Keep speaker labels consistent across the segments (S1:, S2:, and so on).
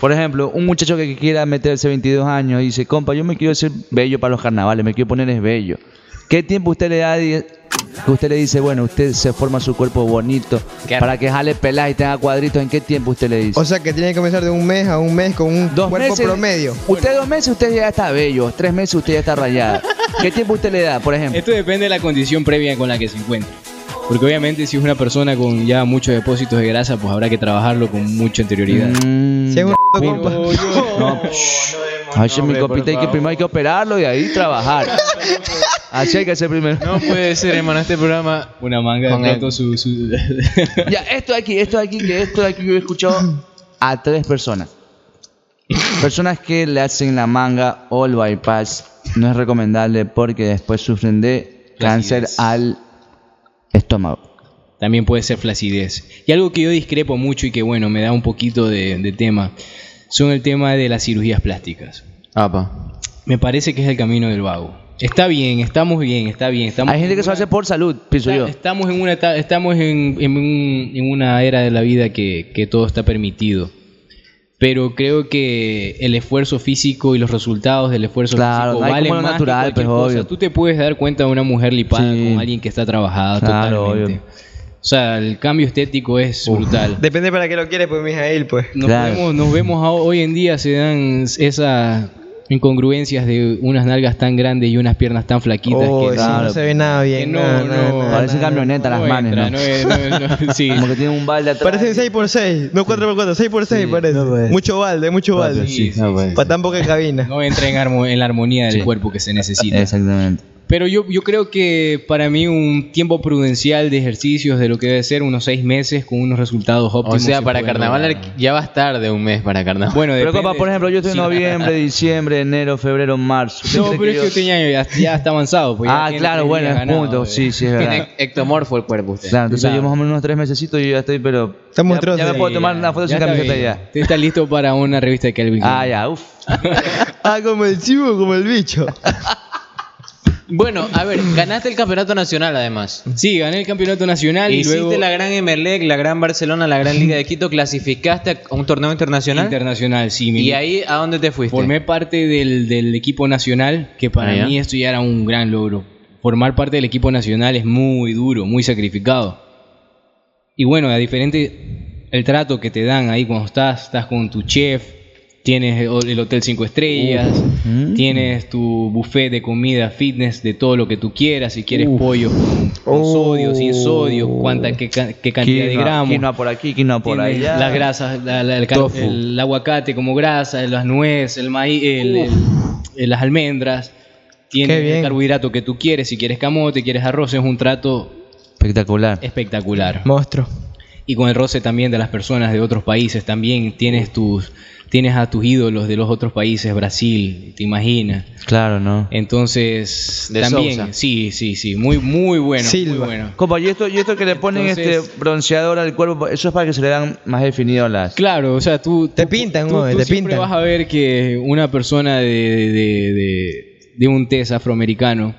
S1: Por ejemplo, un muchacho que quiera meterse 22 años y dice, compa, yo me quiero ser bello para los carnavales, me quiero poner es bello. ¿Qué tiempo usted le da di- que usted le dice, bueno, usted se forma su cuerpo bonito
S2: Qué
S1: para que jale pelas y tenga cuadritos? ¿En qué tiempo usted le dice?
S3: O sea que tiene que comenzar de un mes a un mes con un
S1: Dos
S3: cuerpo
S1: meses.
S3: promedio.
S1: Usted dos meses, usted ya está bello. Tres meses, usted ya está rayada. ¿Qué tiempo usted le da, por ejemplo?
S2: Esto depende de la condición previa con la que se encuentre. Porque obviamente si es una persona con ya muchos depósitos de grasa, pues habrá que trabajarlo con mucha anterioridad.
S1: Mm,
S3: Si es un
S1: ya,
S3: compa.
S1: mira. No, Ay, sí, mi
S4: hombre, por
S1: copita hay que
S4: favor.
S1: primero hay que operarlo y ahí trabajar. Así hay que hacer primero.
S4: No puede ser, hermano, este programa.
S2: Una manga de
S4: Con el-
S2: plato, su... su-
S1: Ya, esto de aquí, esto de aquí, que esto de aquí yo he escuchado a tres personas. Personas que le hacen la manga o el bypass no es recomendable porque después sufren de cáncer
S2: Flacidez.
S1: al estómago.
S2: También puede ser flacidez. Y algo que yo discrepo mucho y que bueno, me da un poquito de, de tema, son el tema de las cirugías plásticas.
S4: Apa.
S2: Me parece que es el camino del vago. Está bien, estamos bien, está bien, estamos...
S1: Hay gente que se lo hace por salud, pienso yo.
S2: Está- Estamos en una eta- estamos en, en un- en una era de la vida que, que todo está permitido. Pero creo que el esfuerzo físico y los resultados del esfuerzo
S1: Claro,
S2: físico
S1: hay como
S2: valen
S1: lo
S2: más que
S1: natural, pues,
S2: cualquier cosa.
S1: obvio.
S2: Tú te puedes dar cuenta de una mujer lipada
S1: Sí.
S2: con alguien que está trabajada
S1: Claro,
S2: totalmente.
S1: obvio.
S2: O sea, el cambio estético es brutal.
S3: Depende para qué lo quieres, pues, Mijail, pues.
S2: Nos,
S1: Claro.
S2: vemos, nos vemos a- hoy en día se dan esas incongruencias de unas nalgas tan grandes y unas piernas tan flaquitas
S3: Oh,
S2: que pues.
S3: sí, no
S1: claro.
S3: se ve nada
S2: Que
S3: bien.
S2: no,
S3: nada,
S2: no.
S3: nada, nada,
S1: Parecen
S3: nada.
S1: camionetas las manes,
S2: entra,
S1: ¿no?
S2: no, no, no, sí.
S1: Como que tienen un balde atrás.
S3: Parecen 6x6, no 4x4, 6x6 parece. mucho balde, mucho balde.
S2: Sí, sí,
S4: No puede
S3: Para
S4: ser.
S3: tan poca cabina.
S2: no entra en, armo- en la armonía del cuerpo que se necesita.
S1: Exactamente.
S2: Pero yo, yo creo que para mí un tiempo prudencial de ejercicios de lo que debe ser unos seis meses con unos resultados óptimos.
S4: O sea,
S2: se
S4: para
S2: pueden
S4: carnaval
S2: lograr.
S4: ar- ya vas tarde un mes para carnaval.
S2: Bueno,
S1: Pero
S2: depende-
S1: compa, por ejemplo, yo estoy en
S2: Sí.
S1: noviembre, diciembre, enero, febrero, marzo. ¿Usted
S2: No,
S1: cree
S2: pero es que
S1: yo-
S2: usted ya, ya- ya está avanzado. pues, ya
S1: Ah,
S2: tiene
S1: claro,
S2: tres
S1: bueno,
S2: días
S1: es
S2: ganado,
S1: punto.
S2: eh.
S1: Sí, sí, es verdad.
S4: Tiene ectomorfo el cuerpo usted.
S1: Claro, entonces
S2: Claro.
S1: yo más o menos unos tres mesecitos y yo ya estoy, pero...
S3: Estamos
S1: ya,
S3: atrás
S1: ya me
S3: de-
S1: puedo tomar una foto
S2: Ya
S1: sin
S2: está
S1: camiseta
S2: bien.
S1: ya.
S2: Usted está listo para una revista de Calvin
S1: Ah,
S2: Klein.
S1: ya, uff.
S3: Ah, como el chivo, como el bicho.
S4: Bueno, a ver, ganaste el campeonato nacional además.
S2: Sí, gané el campeonato nacional y
S4: Hiciste
S2: luego
S4: la gran Emelec, la gran Barcelona, la gran Liga de Quito, clasificaste a un torneo internacional.
S2: internacional. Sí, mi-
S4: ¿Y ahí a dónde te fuiste?
S2: Formé parte del, del equipo nacional, que para
S4: Ah, ya.
S2: mí esto ya era un gran logro. Formar parte del equipo nacional es muy duro, muy sacrificado. Y bueno, a diferente el trato que te dan ahí cuando estás, estás con tu chef, tienes el el hotel 5 estrellas,
S1: Mm.
S2: tienes tu buffet de comida, fitness, de todo lo que tú quieras, si quieres pollo con, con
S3: Oh.
S2: sodio, sin sodio, cuánta qué, ca- qué cantidad de gramos.
S1: Quinoa por aquí, quinoa por
S2: Tiene
S1: allá.
S2: Las grasas, la- la- el, ca-
S4: Tofu.
S2: el aguacate como grasa, las nueces, el maíz, el- el- el- las almendras. Tiene
S3: Qué
S2: el
S3: bien.
S2: carbohidrato que tú quieres, si quieres camote, quieres arroz, es un trato
S1: Espectacular.
S2: Eh. espectacular.
S3: Monstruo.
S2: Y con el roce también de las personas de otros países, también tienes tus tienes a tus ídolos de los otros países, Brasil, te imaginas.
S1: Claro, ¿no?
S2: Entonces,
S4: De
S2: también,
S4: Sousa.
S2: sí, sí, sí, muy muy bueno,
S3: Silva.
S2: muy bueno.
S1: Compa, y esto, y esto que le ponen
S2: Entonces-
S1: este bronceador al cuerpo, eso es para que se le dan más definido las...
S2: Claro, o sea, tú...
S3: Te
S2: tú-
S3: pintan,
S2: tú-
S3: ¿no? eh,
S2: tú
S3: Te
S2: siempre
S3: pintan.
S2: vas a ver que una persona de, de- de- de un test afroamericano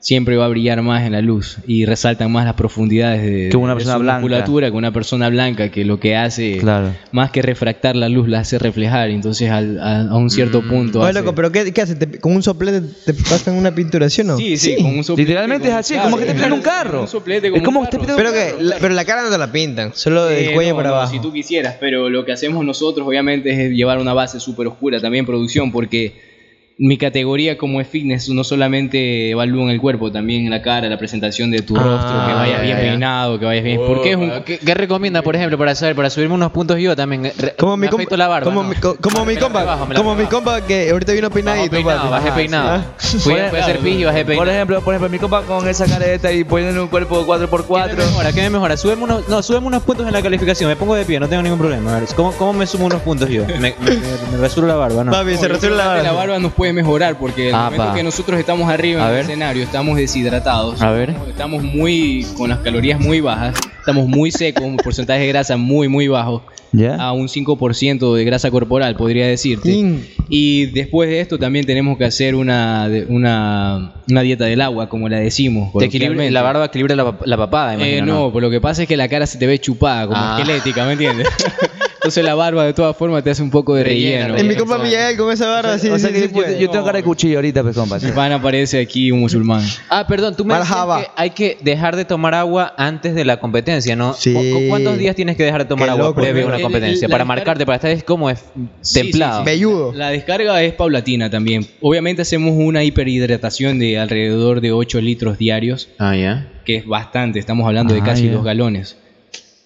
S2: siempre va a brillar más en la luz y resaltan más las profundidades de,
S1: Que una
S2: de
S1: persona
S2: su
S1: blanca.
S2: musculatura que una persona blanca que lo que hace...
S1: Claro.
S2: Más que refractar la luz, la hace reflejar. Entonces, al- a, a un cierto punto.
S3: Oye,
S2: hace-
S3: loco, pero ¿qué, qué haces? ¿Te- ¿Con un soplete te pasan una pintura, sí o no?
S2: Sí, sí, con un soplete,
S1: Literalmente
S2: con
S1: es
S2: un
S1: así,
S2: carro.
S1: como que te pintan un carro.
S2: Un soplete
S1: Es
S2: como
S1: como
S2: un
S1: que te
S2: carro.
S1: pintan
S3: Pero que, la- pero la cara no te la pintan, solo del
S2: Eh,
S3: cuello
S2: no,
S3: para
S2: no,
S3: abajo.
S2: Si tú quisieras, pero lo que hacemos nosotros obviamente es llevar una base súper oscura también producción, porque mi categoría como es fitness no solamente evalúan el cuerpo, también la cara, la presentación de tu
S3: Ah,
S2: rostro, que vayas
S4: ya,
S2: bien
S4: ya.
S2: peinado, que vayas bien...
S4: Oh,
S2: porque es un...
S4: ¿Qué, qué recomienda, por ejemplo, para saber, para subirme unos puntos yo también? Re-
S3: Como mi
S4: me afeito
S3: compa,
S4: la barba.
S3: como
S4: ¿no?
S3: mi, co- como mi
S4: Me la
S3: compa,
S4: rebajo, me la
S3: como mi
S4: rebajo.
S3: compa que ahorita vino
S4: Bajo
S3: peinadito,
S4: peinado,
S3: papi.
S4: bajé peinado.
S3: Ah.
S4: Fui a fui a hacer pillo, bajé
S1: Por
S4: peinado.
S1: ejemplo, por ejemplo, mi compa con esa careta y poniendo un cuerpo
S5: ¿Qué me
S1: 4x4.
S5: mejora? ¿Qué me mejora? Súbeme unos, no, súbeme unos puntos en la calificación. Me pongo de pie, no tengo ningún problema. A ver, ¿cómo, cómo me sumo unos puntos yo? Me, me, me- me rasuro la barba, ¿no?
S3: Papi, se resuelve la
S2: Solamente
S3: barba.
S2: nos puede mejorar porque el
S4: Ah,
S2: momento
S4: pa.
S2: que nosotros estamos arriba
S4: A
S2: en el
S4: ver.
S2: escenario, estamos deshidratados,
S4: A ver.
S2: estamos muy con las calorías muy bajas Estamos muy secos, un porcentaje de grasa muy, muy bajo.
S1: ¿Ya?
S2: A un 5% de grasa corporal, podría decirte.
S3: Mm.
S2: Y después de esto también tenemos que hacer una, de- una, una dieta del agua, como la decimos.
S4: Te equilibra,
S2: coloquialmente.
S4: la barba equilibra la, pap- la papada, em.
S2: Eh,
S4: imagino,
S2: no, por lo que pasa es que la cara se te ve chupada, como
S4: Ah.
S2: esquelética, ¿me entiendes? Entonces la barba de todas formas te hace un poco de
S4: Rellena,
S2: relleno.
S4: rellena.
S3: En mi compa Miguel con esa barra, sí,
S1: o sea
S3: sí,
S1: que
S3: sí
S1: yo- yo,
S3: puede.
S1: yo tengo cara de cuchillo ahorita, pues, compa.
S2: Mi pana aparece aquí un musulmán.
S4: Ah, perdón, tú me decías
S3: Marhaba.
S4: que hay que dejar de tomar agua antes de la competencia, ¿no?
S3: Sí.
S4: ¿Cu- cu- ¿Cuántos días tienes que dejar de tomar
S3: Qué
S4: agua
S3: loco,
S4: previo a
S2: ¿no?
S4: una
S2: El-
S4: competencia?
S2: el-
S4: para
S2: la-
S4: marcarte, para estar es como es
S2: Sí, sí,
S4: templado.
S2: sí.
S3: Velludo.
S2: La descarga es paulatina también. Obviamente hacemos una hiperhidratación de alrededor de 8 litros diarios,
S4: Ah, ya.
S2: que es bastante, estamos hablando de
S1: Ah,
S2: casi
S1: ya.
S2: 2 galones.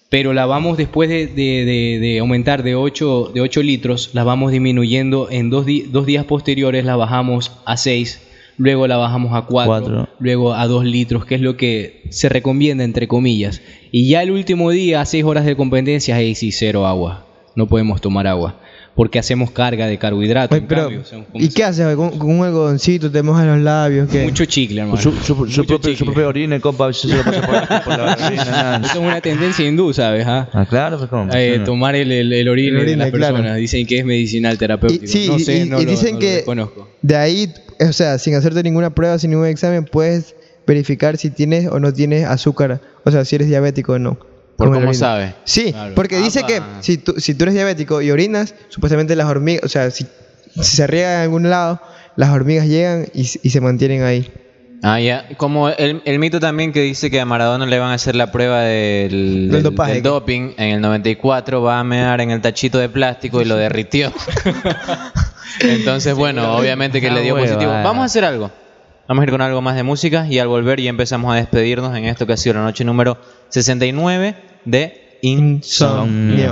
S2: Pero la vamos después de, de- de- de aumentar de 8, de 8 litros, la vamos disminuyendo en dos, di- dos días posteriores, la bajamos a 6, luego la bajamos a 4,
S1: Cuatro.
S2: luego a 2 litros, que es lo que se recomienda entre comillas. Y ya el último día, a 6 horas de competencia, ahí sí cero agua, no podemos tomar agua, porque hacemos carga de carbohidratos.
S3: Oye,
S2: en
S3: pero,
S2: cambio, hacemos como
S3: ¿y qué haces? güey? ¿Con, con un algodoncito te mojas los labios? ¿qué?
S2: mucho chicle, hermano.
S1: Su, su, su
S2: Mucho
S1: propio, su
S2: chicle.
S1: propio orine, compa, eso se lo pasa por, por la barrina. nada.
S2: Eso es una tendencia hindú, ¿sabes? ah?
S1: Ah, claro, pues, compa.
S2: Eh,
S1: sí.
S2: tomar el, el, el orine
S3: El orine,
S2: de las
S3: claro.
S2: personas. Dicen que es medicinal terapéutico.
S3: Y- sí,
S2: no
S3: y-
S2: sé,
S3: y-
S2: no
S3: y
S2: lo-
S3: dicen
S2: no lo
S3: que-
S2: desconozco.
S3: De ahí, o sea, sin hacerte ninguna prueba, sin ningún examen, puedes verificar si tienes o no tienes azúcar, o sea, si eres diabético o no.
S4: ¿Por
S3: Con la
S4: cómo
S3: orina.
S4: sabe?
S3: Sí,
S2: Claro.
S3: porque dice
S4: Apa.
S3: que si tú, si tú eres diabético y orinas, supuestamente las hormigas, o sea, si, si se riega en algún lado, las hormigas llegan y, s- y se mantienen ahí.
S4: Ah, ya. Como el, el mito también que dice que a Maradona le van a hacer la prueba del, del-
S3: dopaje.
S4: del doping. En el 94 va a mear en el tachito de plástico y lo derritió. Entonces, bueno, obviamente que
S1: Una
S4: le dio
S1: huevada.
S4: positivo. Vamos a hacer algo. Vamos a ir con algo más de música y al volver ya empezamos a despedirnos en esto que ha sido la noche número 69 de Insomnio.
S3: Insomnio.